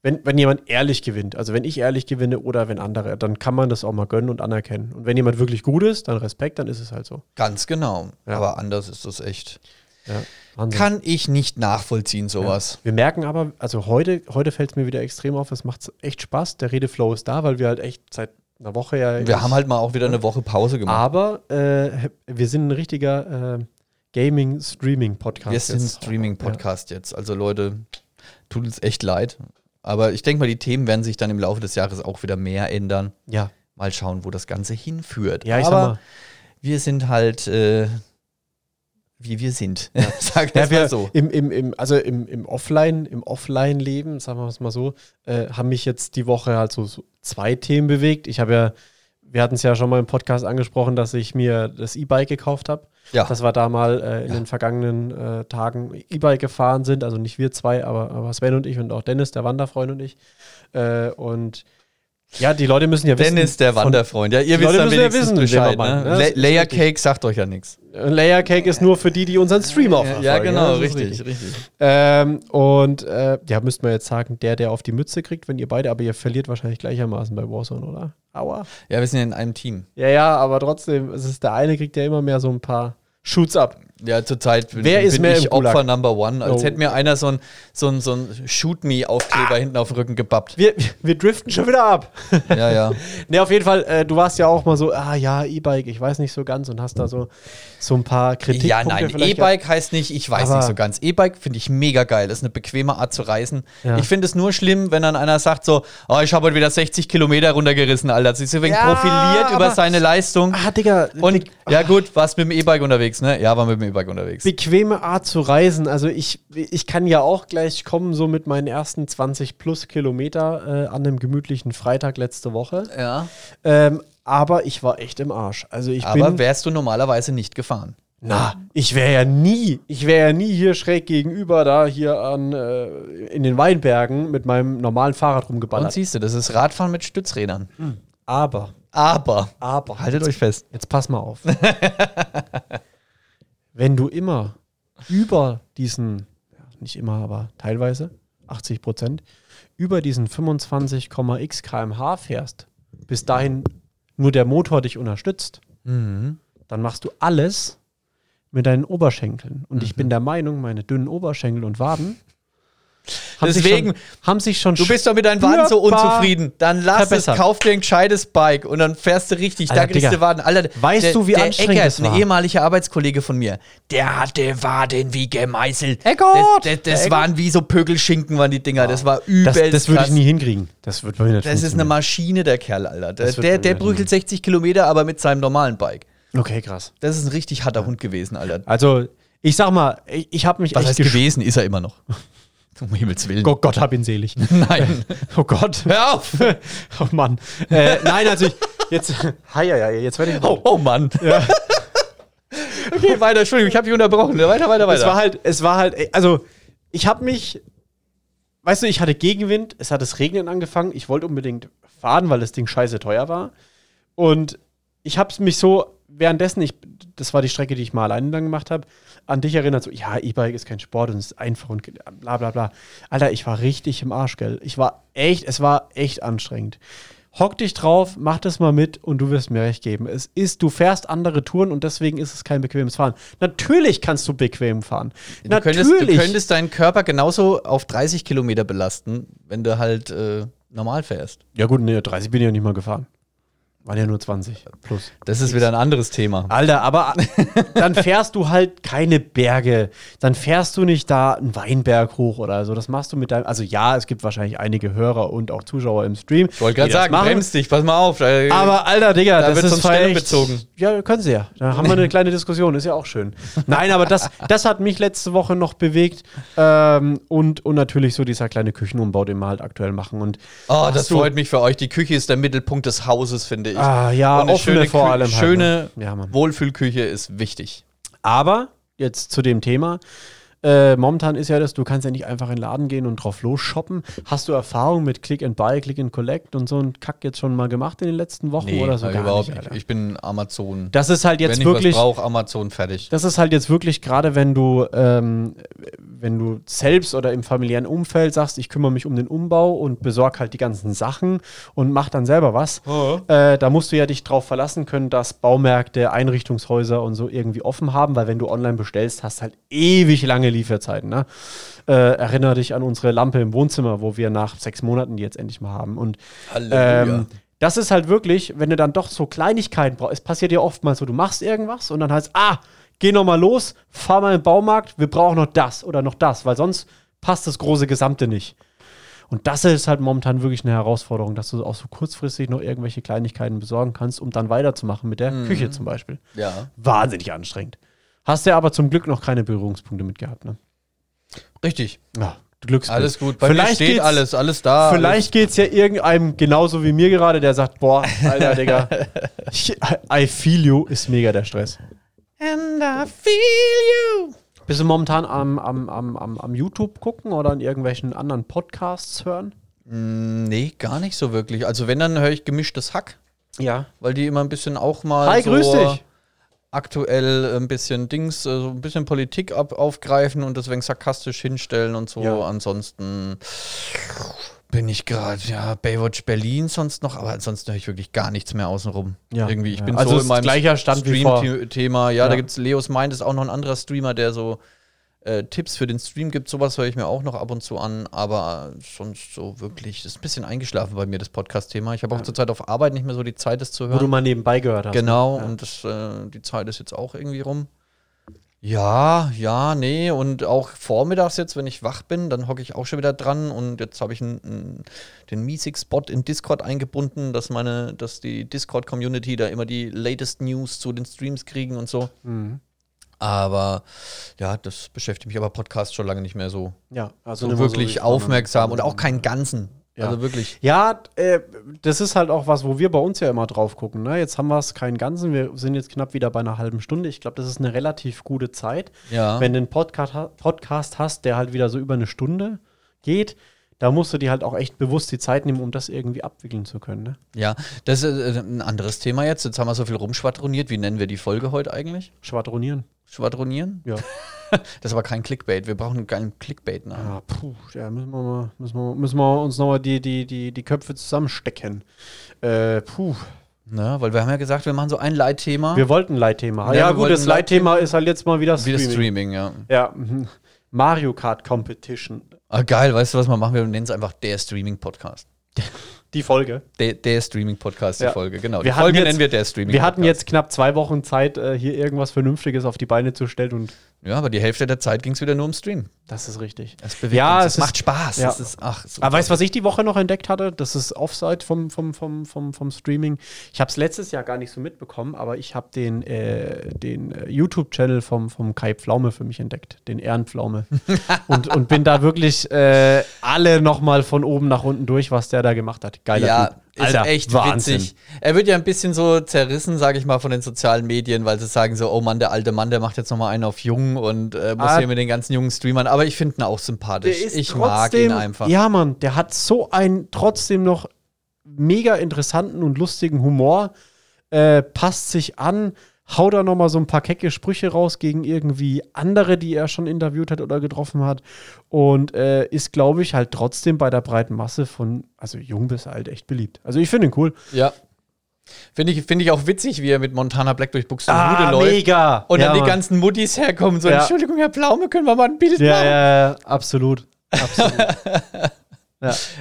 S2: wenn, wenn jemand ehrlich gewinnt. Also wenn ich ehrlich gewinne oder wenn andere, dann kann man das auch mal gönnen und anerkennen. Und wenn jemand wirklich gut ist, dann Respekt, dann ist es halt so.
S1: Ganz genau.
S2: Ja.
S1: Aber anders ist das echt.
S2: Ja, Wahnsinn.
S1: Kann ich nicht nachvollziehen, sowas.
S2: Wir merken aber, also heute, heute fällt es mir wieder extrem auf, es macht echt Spaß. Der Redeflow ist da, weil wir halt echt seit einer Woche ja.
S1: Wir haben halt mal auch wieder eine Woche Pause gemacht.
S2: Aber äh, wir sind ein richtiger äh, Gaming-Streaming-Podcast.
S1: Wir sind ein
S2: jetzt.
S1: Streaming-Podcast jetzt. Also Leute, tut uns echt leid. Aber ich denke mal, die Themen werden sich dann im Laufe des Jahres auch wieder mehr ändern.
S2: Ja.
S1: Mal schauen, wo das Ganze hinführt.
S2: Ja, ich
S1: Aber
S2: sag mal.
S1: wir sind halt, äh, wie wir sind. [LAUGHS] Sag
S2: Ja,
S1: das
S2: wir
S1: mal so.
S2: im, im, im, also im, im Offline, im Offline-Leben, sagen wir es mal so, äh, haben mich jetzt die Woche halt so, so zwei Themen bewegt. Ich habe ja, wir hatten es ja schon mal im Podcast angesprochen, dass ich mir das E-Bike gekauft habe.
S1: Ja.
S2: Dass wir da mal äh, in
S1: Ja.
S2: den vergangenen äh, Tagen E-Bike gefahren sind. Also nicht wir zwei, aber, aber Sven und ich und auch Dennis, der Wanderfreund und ich. Äh, und ja, die Leute müssen ja wissen.
S1: Dennis, der
S2: von-
S1: Wanderfreund. Ja, ihr
S2: Die
S1: wisst
S2: Leute
S1: dann
S2: müssen ja
S1: wenigstens
S2: wissen, wen wir
S1: Bescheid.
S2: meinen,
S1: Ne?
S2: ne? Das
S1: La
S2: ist
S1: Layer
S2: richtig.
S1: Cake sagt euch ja nichts.
S2: Ein Äh, Layer Cake ist nur für die, die unseren Stream aufmachen.
S1: Ja, genau,
S2: das ist
S1: richtig, richtig,
S2: Ähm, und äh, ja, müsste man jetzt sagen, der, der auf die Mütze kriegt, wenn ihr beide, aber ihr verliert wahrscheinlich gleichermaßen bei Warzone, oder? Aua.
S1: Ja, wir sind ja in einem Team.
S2: Ja, ja, aber trotzdem, es ist der eine kriegt ja immer mehr so ein paar Shoots ab.
S1: Ja, zurzeit bin,
S2: Wer
S1: bin
S2: ist mehr
S1: ich
S2: im Gulag?
S1: Opfer Number One. Als
S2: Oh. Ah.
S1: hätte mir einer so ein, so ein, so ein Shoot-Me-Aufkleber hinten auf den Rücken gebappt.
S2: Wir, wir driften schon wieder ab. [LAUGHS]
S1: Ja, ja.
S2: ne, auf jeden Fall, äh, du warst ja auch mal so, ah ja, E-Bike, ich weiß nicht so ganz und hast da so, so ein paar Kritikpunkte
S1: Ja, nein,
S2: vielleicht
S1: E-Bike heißt nicht, ich weiß
S2: Aber-
S1: nicht so ganz. E-Bike finde ich mega geil. Ist eine bequeme Art zu reisen.
S2: Ja.
S1: Ich finde es nur schlimm, wenn dann einer sagt so, oh, ich habe heute wieder 60 Kilometer runtergerissen, Alter. Sich so ein wenig
S2: Ja,
S1: profiliert über
S2: aber-
S1: seine Leistung.
S2: gehabt. Ah, Digga.
S1: Und ja gut, warst mit dem E-Bike unterwegs, ne? Ja, war mit dem dem E-Bike unterwegs.
S2: bequeme Art zu reisen. Also ich, ich kann ja auch gleich kommen, so mit meinen ersten 20 plus Kilometer äh, an einem gemütlichen Freitag letzte Woche.
S1: ja.
S2: Ähm, aber ich war echt im Arsch. Also ich
S1: Aber
S2: bin.
S1: wärst du normalerweise nicht gefahren?
S2: Na, ich wäre ja nie, ich wäre ja nie hier schräg gegenüber, da hier an, äh, in den Weinbergen mit meinem normalen Fahrrad
S1: Und
S2: rumgeballert.
S1: siehst du, das ist Radfahren mit Stützrädern.
S2: Aber,
S1: Aber,
S2: aber,
S1: haltet euch fest.
S2: jetzt pass mal auf. [LAUGHS] Wenn du immer über diesen, ja, nicht immer, aber teilweise, 80 Prozent, über diesen 25,x kmh fährst, bis dahin nur der Motor dich unterstützt,
S1: Mhm.
S2: dann machst du alles mit deinen Oberschenkeln. Und ich
S1: Mhm.
S2: bin der Meinung, meine dünnen Oberschenkel und Waden haben
S1: Deswegen-
S2: sich schon, haben sich schon
S1: Du bist doch mit deinen Waden so
S2: spürbar-
S1: unzufrieden. Dann lass
S2: verbessert.
S1: es, kauf dir ein gescheites Bike und dann fährst du richtig. da
S2: Alter,
S1: kriegst
S2: Digga,
S1: du Waden. Alter,
S2: weißt
S1: der,
S2: du, wie
S1: der
S2: anstrengend
S1: Eckert,
S2: das war?
S1: ein ehemaliger Arbeitskollege von mir, der hatte Waden wie gemeißelt.
S2: Eckert!
S1: Das, das,
S2: Der
S1: das
S2: Eckert.
S1: waren wie so Pökelschinken, waren die Dinger. Das war übel.
S2: Das, das würde ich nie hinkriegen. Das wird bei mir nicht
S1: Das ist eine
S2: funktionieren.
S1: Maschine, der Kerl, Alter. Der,
S2: Das wird
S1: der,
S2: bei
S1: der
S2: mir
S1: brüchelt 60 Kilometer, aber mit seinem normalen Bike.
S2: Okay, krass.
S1: Das ist ein richtig harter Hund gewesen, Alter.
S2: Also, ich sag mal, ich, ich habe mich
S1: Was heißt
S2: echt gesch-
S1: gewesen, ist er immer noch. [LAUGHS] Um Himmels Willen.
S2: Oh Gott, hab ihn selig.
S1: [LAUGHS] Nein.
S2: [LAUGHS] Oh Gott.
S1: Hör auf!
S2: [LAUGHS] Oh Mann. Äh, nein, also ich,
S1: [LAUGHS]
S2: jetzt. Hei, hei, hei, jetzt werde ich.
S1: Oh, oh Mann. [LAUGHS] okay, weiter, Entschuldigung, ich habe dich unterbrochen. Ne, Weiter, weiter,
S2: es war
S1: weiter.
S2: halt, es war halt, ey, also ich habe mich, weißt du, ich hatte Gegenwind, es hat das Regnen angefangen, ich wollte unbedingt fahren, weil das Ding scheiße teuer war. Und ich habe mich so währenddessen, ich, das war die Strecke, die ich mal alleine lang gemacht habe, an dich erinnert, so, ja, E-Bike ist kein Sport und es ist einfach und ge- bla bla bla. Alter, ich war richtig im Arsch, gell. Ich war echt, es war echt anstrengend. Hock dich drauf, mach das mal mit und du wirst mir recht geben. Es ist, du fährst andere Touren und deswegen ist es kein bequemes Fahren. Natürlich kannst du bequem fahren.
S1: Du könntest, du
S2: Natürlich.
S1: könntest deinen Körper genauso auf 30 Kilometer belasten, wenn du halt äh, normal fährst.
S2: ja gut, nee, 30 bin ich ja nicht mal gefahren. Waren ja nur 20 plus.
S1: Das ist wieder ein anderes Thema. [LAUGHS]
S2: Alter, aber dann fährst du halt keine Berge. Dann fährst du nicht da einen Weinberg hoch oder so. Das machst du mit deinem. Also, ja, es gibt wahrscheinlich einige Hörer und auch Zuschauer im Stream.
S1: Ich wollte gerade
S2: die das
S1: sagen,
S2: machen.
S1: bremst dich, pass mal auf. Äh,
S2: Aber, Alter, Digga,
S1: Da
S2: das
S1: wird
S2: ist
S1: sonst
S2: vielleicht-
S1: stellungbezogen.
S2: Ja, können sie ja. Da haben wir eine kleine Diskussion, ist ja auch schön. Nein, aber das, das hat mich letzte Woche noch bewegt. Ähm, und, und natürlich so dieser kleine Küchenumbau, den wir halt aktuell machen. Und
S1: oh,
S2: hast
S1: das
S2: du-
S1: freut mich für euch. Die Küche ist der Mittelpunkt des Hauses, finde ich.
S2: Ah, ja,
S1: Und eine
S2: offene
S1: schöne,
S2: vor
S1: Kü-
S2: allem halt,
S1: schöne
S2: ne? Ja, Mann.
S1: Wohlfühlküche ist wichtig.
S2: Aber jetzt zu dem Thema. Äh, momentan ist ja das, du kannst ja nicht einfach in den Laden gehen und drauf los shoppen. Hast du Erfahrung mit Click and Buy, Click and Collect und so einen Kack jetzt schon mal gemacht in den letzten Wochen oder so?
S1: äh,
S2: Oh, Gar
S1: überhaupt
S2: nicht,
S1: nicht.
S2: Alter.
S1: Ich bin Amazon.
S2: das ist halt jetzt
S1: wenn ich
S2: wirklich.
S1: was brauche, Amazon fertig.
S2: Das ist halt jetzt wirklich gerade, wenn du, ähm, wenn du selbst oder im familiären Umfeld sagst, ich kümmere mich um den Umbau und besorge halt die ganzen Sachen und mach dann selber was. Äh, da musst du ja dich drauf verlassen können, dass Baumärkte, Einrichtungshäuser und so irgendwie offen haben, weil wenn du online bestellst, hast halt ewig lange Lieferzeiten. Ne? Äh, erinnere dich an unsere Lampe im Wohnzimmer, wo wir nach sechs Monaten die jetzt endlich mal haben. Und
S1: Halleluja.
S2: ähm, das ist halt wirklich, wenn du dann doch so Kleinigkeiten brauchst. Es passiert ja oftmals so, du machst irgendwas und dann heißt, ah, geh nochmal los, fahr mal im Baumarkt, wir brauchen noch das oder noch das, weil sonst passt das große Gesamte nicht. Und das ist halt momentan wirklich eine Herausforderung, dass du auch so kurzfristig noch irgendwelche Kleinigkeiten besorgen kannst, um dann weiterzumachen mit der Küche zum Beispiel.
S1: ja.
S2: Wahnsinnig anstrengend. Hast ja aber zum Glück noch keine Berührungspunkte mit gehabt, ne?
S1: Richtig.
S2: Ja, Glücksbild.
S1: Alles gut. Bei
S2: Vielleicht
S1: mir steht
S2: geht's-
S1: alles, alles da.
S2: Vielleicht geht es ja irgendeinem genauso wie mir gerade, der sagt, boah,
S1: [LAUGHS]
S2: Alter, Digga, ich, I feel you ist mega der Stress.
S1: Alles. And I feel you.
S2: Bist du momentan am, am, am, am, am YouTube gucken oder an irgendwelchen anderen Podcasts hören?
S1: Nee, gar nicht so wirklich. Also wenn, dann höre ich gemischtes Hack,
S2: Ja.
S1: weil die immer ein bisschen auch mal
S2: Hi,
S1: so
S2: grüß dich.
S1: aktuell ein bisschen Dings, äh, so ein bisschen Politik ab, aufgreifen und deswegen sarkastisch hinstellen und so.
S2: Ja.
S1: Ansonsten bin ich gerade, ja, Baywatch Berlin sonst noch, aber ansonsten höre ich wirklich gar nichts mehr außenrum.
S2: Ja.
S1: Irgendwie, ich
S2: Ja.
S1: bin
S2: Also
S1: so
S2: ist
S1: in meinem
S2: gleicher Stand wie vor-
S1: Stream-Thema. Ja,
S2: Ja.
S1: da gibt es Leos Mind, ist auch noch ein anderer Streamer, der so äh, Tipps für den Stream gibt. Sowas höre ich mir auch noch ab und zu an, aber sonst so wirklich, ist ein bisschen eingeschlafen bei mir, das Podcast-Thema. Ich habe auch zurzeit auf Arbeit nicht mehr so die Zeit, das zu hören.
S2: Wo du mal nebenbei gehört hast.
S1: Genau,
S2: Ja.
S1: und das, äh, die Zeit ist jetzt auch irgendwie rum. Ja, ja, nee, und auch vormittags jetzt, wenn ich wach bin, dann hocke ich auch schon wieder dran und jetzt habe ich n- n- den Miesig-Spot in Discord eingebunden, dass meine,
S2: Mhm.
S1: dass die Discord-Community da immer die latest News zu den Streams kriegen und so. Aber ja, das beschäftigt mich aber Podcast schon lange nicht mehr so,
S2: Ja, also
S1: so
S2: nimm mal
S1: wirklich
S2: die anderen-
S1: aufmerksam und auch keinen ganzen.
S2: Ja.
S1: Also wirklich.
S2: Ja, äh, das ist halt auch was, wo wir bei uns ja immer drauf gucken. Ne? Jetzt haben wir es keinen Ganzen. Wir sind jetzt knapp wieder bei einer halben Stunde. Ich glaube, das ist eine relativ gute Zeit.
S1: Ja.
S2: Wenn du einen Podcast, Podcast hast, der halt wieder so über eine Stunde geht, da musst du dir halt auch echt bewusst die Zeit nehmen, um das irgendwie abwickeln zu können. Ne?
S1: Ja, das ist äh, ein anderes Thema jetzt. Jetzt haben wir so viel rumschwadroniert. Wie nennen wir die Folge heute eigentlich?
S2: Schwadronieren.
S1: Schwadronieren?
S2: Ja.
S1: Das war kein Clickbait. Wir brauchen ne? einen geilen Clickbait-Namen.
S2: Ah, puh, ja, müssen wir, mal, müssen wir, müssen wir uns nochmal die, die, die, die Köpfe zusammenstecken. Äh, puh.
S1: Ne? Weil wir haben ja gesagt, wir machen so ein Leitthema.
S2: Wir wollten Leitthema.
S1: Ja,
S2: Ja,
S1: wir
S2: gut,
S1: wollten
S2: das Leitthema ist halt jetzt mal wieder
S1: Wie
S2: Streaming.
S1: das Streaming, ja.
S2: Ja, mhm. Mario Kart Competition.
S1: Ah, geil, weißt du, was wir machen? Wir nennen es einfach der Streaming-Podcast.
S2: Die Folge.
S1: Der, der Streaming-Podcast, die
S2: Ja.
S1: Folge, genau.
S2: Wir
S1: die
S2: hatten
S1: Folge
S2: jetzt-
S1: nennen wir der Streaming.
S2: Wir hatten jetzt knapp zwei Wochen Zeit, äh, hier irgendwas Vernünftiges auf die Beine zu stellen und
S1: Ja, aber die Hälfte der Zeit ging es wieder nur um Stream.
S2: das ist richtig.
S1: Es bewegt
S2: Ja,
S1: uns.
S2: es ist-
S1: macht Spaß.
S2: ja.
S1: Es ist, ach, so
S2: Aber weißt du, was ich die Woche noch entdeckt hatte? Das ist Offside vom, vom, vom, vom, vom Streaming. Ich habe es letztes Jahr gar nicht so mitbekommen, aber ich habe den, äh, den äh, YouTube-Channel vom, vom Kai Pflaume für mich entdeckt, den Ehrenpflaume.
S1: [LAUGHS]
S2: und, und bin da wirklich äh, alle nochmal von oben nach unten durch, was der da gemacht hat. Geiler
S1: ja,
S2: Typ.
S1: ist echt witzig. Er wird ja ein bisschen so zerrissen, sage ich mal, von den sozialen Medien, weil sie sagen so, oh Mann, der alte Mann, der macht jetzt nochmal einen auf jung und äh, muss
S2: Ah.
S1: hier mit den ganzen jungen Streamern. Aber ich finde ihn auch sympathisch. ich mag ihn einfach.
S2: Ja, Mann, der hat so einen trotzdem noch mega interessanten und lustigen Humor. Äh, passt sich an, haut da nochmal so ein paar kecke Sprüche raus gegen irgendwie andere, die er schon interviewt hat oder getroffen hat. Und äh, ist, glaube ich, halt trotzdem bei der breiten Masse von, also jung bis alt, echt beliebt. Also ich finde ihn cool.
S1: Ja. Finde ich, find ich auch witzig, wie er mit Montana Black durch Buxtehude läuft.
S2: mega.
S1: Ah, Und
S2: ja,
S1: dann die
S2: Mann.
S1: ganzen Muttis herkommen, so,
S2: Ja.
S1: Entschuldigung, Herr Pflaume, können wir mal ein Bild
S2: Ja,
S1: machen?
S2: ja, ja, absolut. absolut.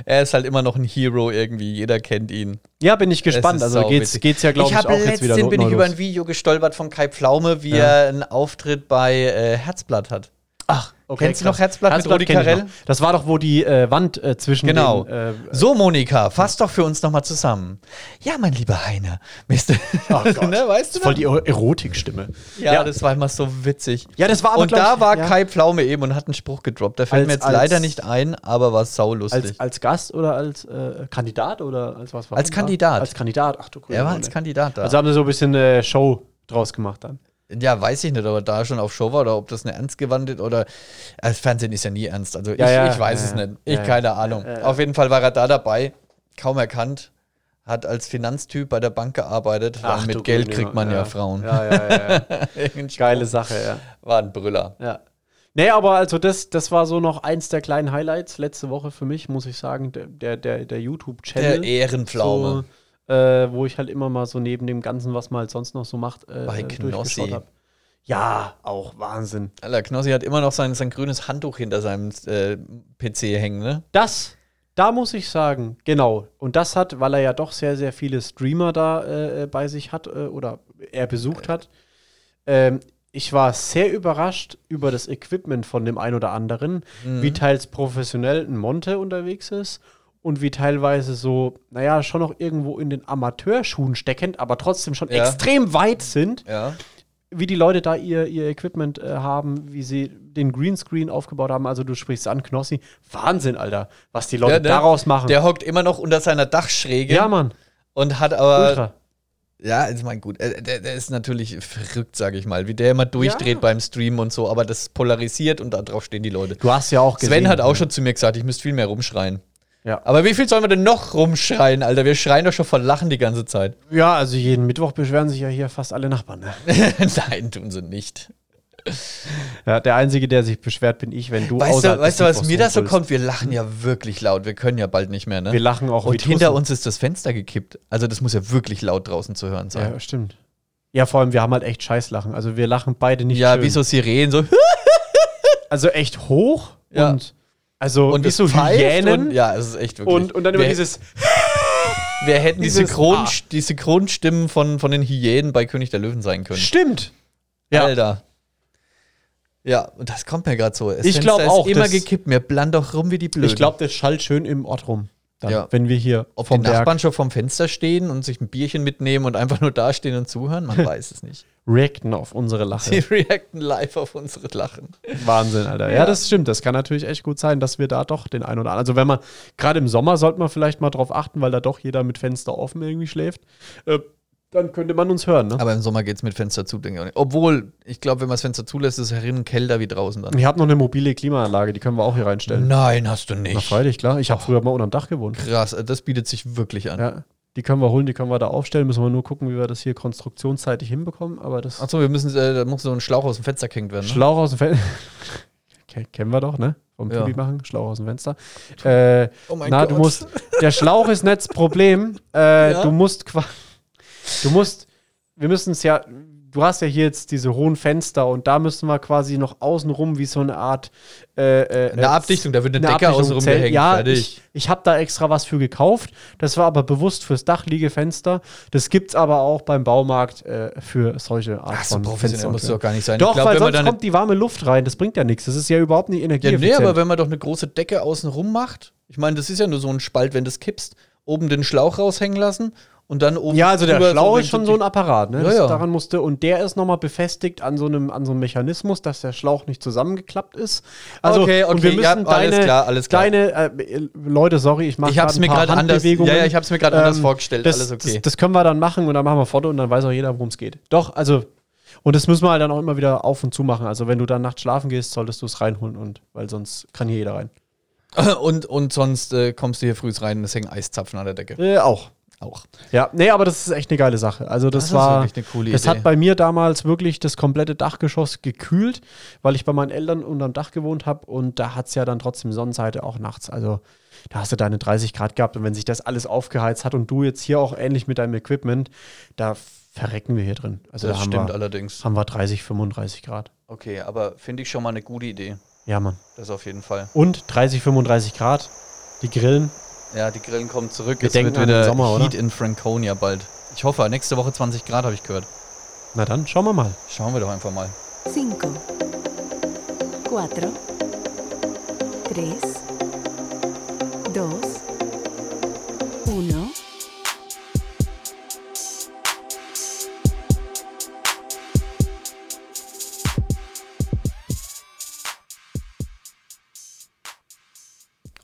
S1: Er ist halt immer noch ein Hero irgendwie, jeder kennt ihn.
S2: Ja, bin ich gespannt.
S1: ist
S2: Also geht's,
S1: sauwitzig.
S2: geht's ja, glaube ich,
S1: hab
S2: auch jetzt wieder
S1: letztens bin ich
S2: los.
S1: über ein Video gestolpert von Kai Pflaume, wie er einen Auftritt bei äh, Herzblatt hat.
S2: Ach, okay.
S1: Kennst du noch Herzblatt mit Rudi
S2: kenn ich
S1: Carrell?
S2: noch. Das war doch, wo die äh, Wand äh, zwischen
S1: Genau.
S2: den... Äh,
S1: so, Monika, fass doch für uns nochmal zusammen. Ja, mein lieber Heiner. Mist.
S2: oh
S1: [LAUGHS]
S2: Gott. [LAUGHS]
S1: ne, weißt du
S2: Voll
S1: noch?
S2: die Er- Erotikstimme.
S1: ja, das war immer so witzig.
S2: Ja, das war aber,
S1: Und
S2: glaub
S1: da
S2: ich-
S1: war
S2: ja.
S1: Kai Pflaume eben und hat einen Spruch gedroppt. Der fällt
S2: Als-
S1: mir jetzt
S2: als-
S1: leider nicht ein, aber war saulustig.
S2: als, als Gast oder als äh, Kandidat oder als was war
S1: Als
S2: das?
S1: Kandidat.
S2: Als Kandidat, ach du cool.
S1: er war als Kandidat da.
S2: Also haben sie so ein bisschen äh, Show draus gemacht dann.
S1: Ja, weiß ich nicht, ob er da schon auf Show war oder ob das eine ernst gewandelt oder. Das Fernsehen ist ja nie ernst. Also ich,
S2: Ja, ja,
S1: ich weiß
S2: ja,
S1: es
S2: ja.
S1: nicht. Ich
S2: Ja, ja.
S1: keine Ahnung. auf jeden Fall war er da dabei, kaum erkannt, hat als Finanztyp bei der Bank gearbeitet. weil
S2: du
S1: mit Geld
S2: grüne
S1: kriegt man ja,
S2: Nummer,
S1: Frauen.
S2: Ja, ja, ja. ja.
S1: Irgendein Spruch.
S2: Geile Sache, ja.
S1: [LAUGHS] War ein Brüller.
S2: Ja. Nee, aber also das, das war so noch eins der kleinen Highlights letzte Woche für mich, muss ich sagen, der, der, der, der
S1: Der
S2: YouTube-Channel.
S1: Ehrenpflaume.
S2: So, äh, wo ich halt immer mal so neben dem Ganzen, was man halt sonst noch so macht, äh,
S1: Bei
S2: durchgeschaut
S1: Knossi.
S2: hab. Ja, auch Wahnsinn.
S1: Alter, Knossi hat immer noch sein, sein grünes Handtuch hinter seinem äh, PC hängen, ne?
S2: Das, da muss ich sagen, genau. Und das hat, weil er ja doch sehr, sehr viele Streamer da äh, äh, bei sich hat äh, oder er besucht hat. Ähm, ich war sehr überrascht über das Equipment von dem einen oder anderen, wie teils professionell ein Monte unterwegs ist und wie teilweise so, naja, schon noch irgendwo in den Amateurschuhen steckend, aber trotzdem schon
S1: Ja.
S2: extrem weit sind.
S1: Ja.
S2: wie die Leute da ihr, ihr Equipment äh, haben, wie sie den Greenscreen aufgebaut haben. Also du sprichst an, Knossi. Wahnsinn, Alter, was die Leute
S1: Ja, ne?
S2: daraus machen.
S1: Der hockt immer noch unter seiner Dachschräge
S2: ja, Mann,
S1: und hat aber.
S2: ultra.
S1: Ja, ich meine, gut, äh, der, der ist natürlich verrückt, sage ich mal, wie der immer durchdreht
S2: Ja.
S1: beim Stream und so, aber das polarisiert und darauf stehen die Leute.
S2: Du hast ja auch gesehen.
S1: Sven hat auch schon zu mir gesagt, ich müsste viel mehr rumschreien.
S2: Ja.
S1: Aber wie viel sollen wir denn noch rumschreien, Alter? Wir schreien doch schon vor Lachen die ganze Zeit. [LAUGHS]
S2: Ja, also jeden Mittwoch beschweren sich ja hier fast alle Nachbarn. Ne?
S1: Nein, tun sie nicht.
S2: Ja, der Einzige, der sich beschwert, bin ich, wenn du
S1: Weißt
S2: außerhalb
S1: du,
S2: des
S1: weißt du, was
S2: Mittwochs
S1: mir da so
S2: rumbrüllst.
S1: kommt? Wir lachen ja wirklich laut. Wir können ja bald nicht mehr, ne?
S2: Wir lachen auch
S1: und hinter
S2: Tussen.
S1: uns ist das Fenster gekippt. Also, das muss ja wirklich laut draußen zu hören sein.
S2: Ja, stimmt. Ja, vor allem, wir haben halt echt Scheißlachen. Also wir lachen beide nicht
S1: Ja,
S2: schön.
S1: wie so Sirenen, so. [LAUGHS]
S2: Also echt hoch
S1: Ja.
S2: und also wie
S1: es
S2: so
S1: pfeift
S2: Hyänen
S1: Und, ja, es ist echt wirklich.
S2: und, und dann immer
S1: Wir-
S2: dieses
S1: Wir hätten die,
S2: Dieses
S1: Synchron,
S2: Ah.
S1: die Synchronstimmen von, von den Hyänen bei König der Löwen sein können.
S2: Stimmt. Ja.
S1: Alter. Ja, und das kommt mir gerade so. Das
S2: Ich
S1: Fenster
S2: glaub
S1: ist
S2: auch,
S1: immer
S2: das-
S1: gekippt. Mir plan doch rum wie die Blöden.
S2: Ich glaube, das schallt schön im Ort rum. Dann,
S1: Ja.
S2: Wenn wir hier
S1: Ob
S2: vom
S1: die
S2: Berg
S1: Nachbarn schon vom Fenster stehen und sich ein Bierchen mitnehmen und einfach nur dastehen und zuhören, [LAUGHS] man weiß es nicht.
S2: reacten auf unsere
S1: Die [LAUGHS]
S2: Lache.
S1: reacten live auf unsere Lachen.
S2: Wahnsinn, Alter. Ja,
S1: Ja.
S2: das stimmt. Das kann natürlich echt gut sein, dass wir da doch den einen oder anderen. Also wenn man, gerade im Sommer sollte man vielleicht mal drauf achten, weil da doch jeder mit Fenster offen irgendwie schläft. Äh, dann könnte man uns hören, ne?
S1: Aber im Sommer geht es mit Fenster zu, denke ich auch nicht. Obwohl, ich glaube, wenn man das Fenster zulässt, ist es herinnen kälter wie draußen dann.
S2: Ich habe noch eine mobile Klimaanlage, die können wir auch hier reinstellen.
S1: Nein, hast du
S2: Na,
S1: nicht.
S2: freilich, klar. Ich habe früher mal unterm Dach gewohnt.
S1: Krass, äh, das bietet sich wirklich an.
S2: Ja, die können wir holen, die können wir da aufstellen. Müssen wir nur gucken, wie wir das hier konstruktionsseitig hinbekommen. Aber das
S1: Achso, wir müssen, äh, da muss so ein Schlauch aus dem Fenster gehängt werden. Ne?
S2: Schlauch aus dem [LAUGHS] Fenster. Kennen wir doch, ne? Vom
S1: Ja.
S2: Pipi machen, Schlauch aus dem Fenster. Äh,
S1: Oh mein
S2: na, du
S1: Gott.
S2: musst. Der Schlauch ist nicht das Problem. Äh,
S1: Ja.
S2: Du musst quasi. Du musst. Wir müssen es ja. Du hast ja hier jetzt diese hohen Fenster und da müssen wir quasi noch außenrum wie so eine Art. Äh, äh,
S1: Eine Abdichtung, da wird eine, Decke
S2: Abdichtung
S1: außenrum
S2: Zelt.
S1: gehängt.
S2: Ja,
S1: fertig.
S2: ich, ich habe da extra was für gekauft. Das war aber bewusst fürs Dachliegefenster. Das gibt es aber auch beim Baumarkt äh, für solche Art
S1: Ach, so
S2: von
S1: professionell
S2: Fenstern.
S1: muss es doch gar nicht sein.
S2: Doch,
S1: ich glaub,
S2: weil
S1: wenn man
S2: sonst
S1: dann
S2: kommt die warme Luft rein. Das bringt ja nichts. Das ist ja überhaupt nicht
S1: Ja,
S2: energieeffizient.
S1: nee, aber wenn man doch eine große Decke außenrum macht, ich meine, das ist ja nur so ein Spalt, wenn du es kippst, oben den Schlauch raushängen lassen und dann oben.
S2: ja, also der
S1: drüber
S2: Schlauch
S1: so
S2: ist schon so ein Apparat, ne?
S1: Ja,
S2: das
S1: ja.
S2: daran musste. Und der ist nochmal befestigt an so, einem, an so einem Mechanismus, dass der Schlauch nicht zusammengeklappt ist. Also,
S1: Okay,
S2: und wir
S1: okay,
S2: müssen
S1: ja,
S2: deine,
S1: alles klar, alles klar.
S2: Deine, äh, Leute, sorry, ich mache
S1: Ich hab's mir gerade anders. Ja, ja, ich hab's mir gerade anders vorgestellt.
S2: Ähm, Das,
S1: Alles okay.
S2: das, das können wir dann machen und dann machen wir Foto und dann weiß auch jeder, worum es geht. Doch, also, und das müssen wir halt dann auch immer wieder auf und zu machen. Also, wenn du dann nachts schlafen gehst, solltest du es reinholen und, weil sonst kann hier jeder rein.
S1: [LAUGHS] und, und sonst äh, kommst du hier früh rein und es hängen Eiszapfen an der Decke.
S2: Äh, auch.
S1: Auch.
S2: Ja, nee, aber das ist echt eine geile Sache. Also das,
S1: Das ist
S2: war,
S1: wirklich eine coole
S2: das
S1: Idee.
S2: hat bei mir damals wirklich das komplette Dachgeschoss gekühlt, weil ich bei meinen Eltern unterm Dach gewohnt habe und da hat es ja dann trotzdem Sonnenseite auch nachts. Also da hast du deine 30 Grad gehabt und wenn sich das alles aufgeheizt hat und du jetzt hier auch ähnlich mit deinem Equipment, da verrecken wir hier drin. Also
S1: Das
S2: da haben
S1: stimmt
S2: wir,
S1: allerdings.
S2: haben wir 30, 35 Grad.
S1: Okay, aber finde ich schon mal eine gute Idee.
S2: Ja, Mann.
S1: Das auf jeden Fall.
S2: Und 30, 35 Grad, die Grillen.
S1: Ja, die Grillen kommen zurück.
S2: Wir denken an den Sommer, oder?
S1: Heat in Franconia bald. Ich hoffe, nächste Woche 20 Grad habe ich gehört.
S2: Na dann, schauen wir mal.
S1: Schauen wir doch einfach mal.
S3: 5, 4, 3, 2, 1.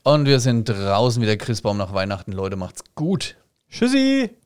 S1: Und wir sind draußen wie der Christbaum nach Weihnachten. Leute, macht's gut.
S2: Tschüssi!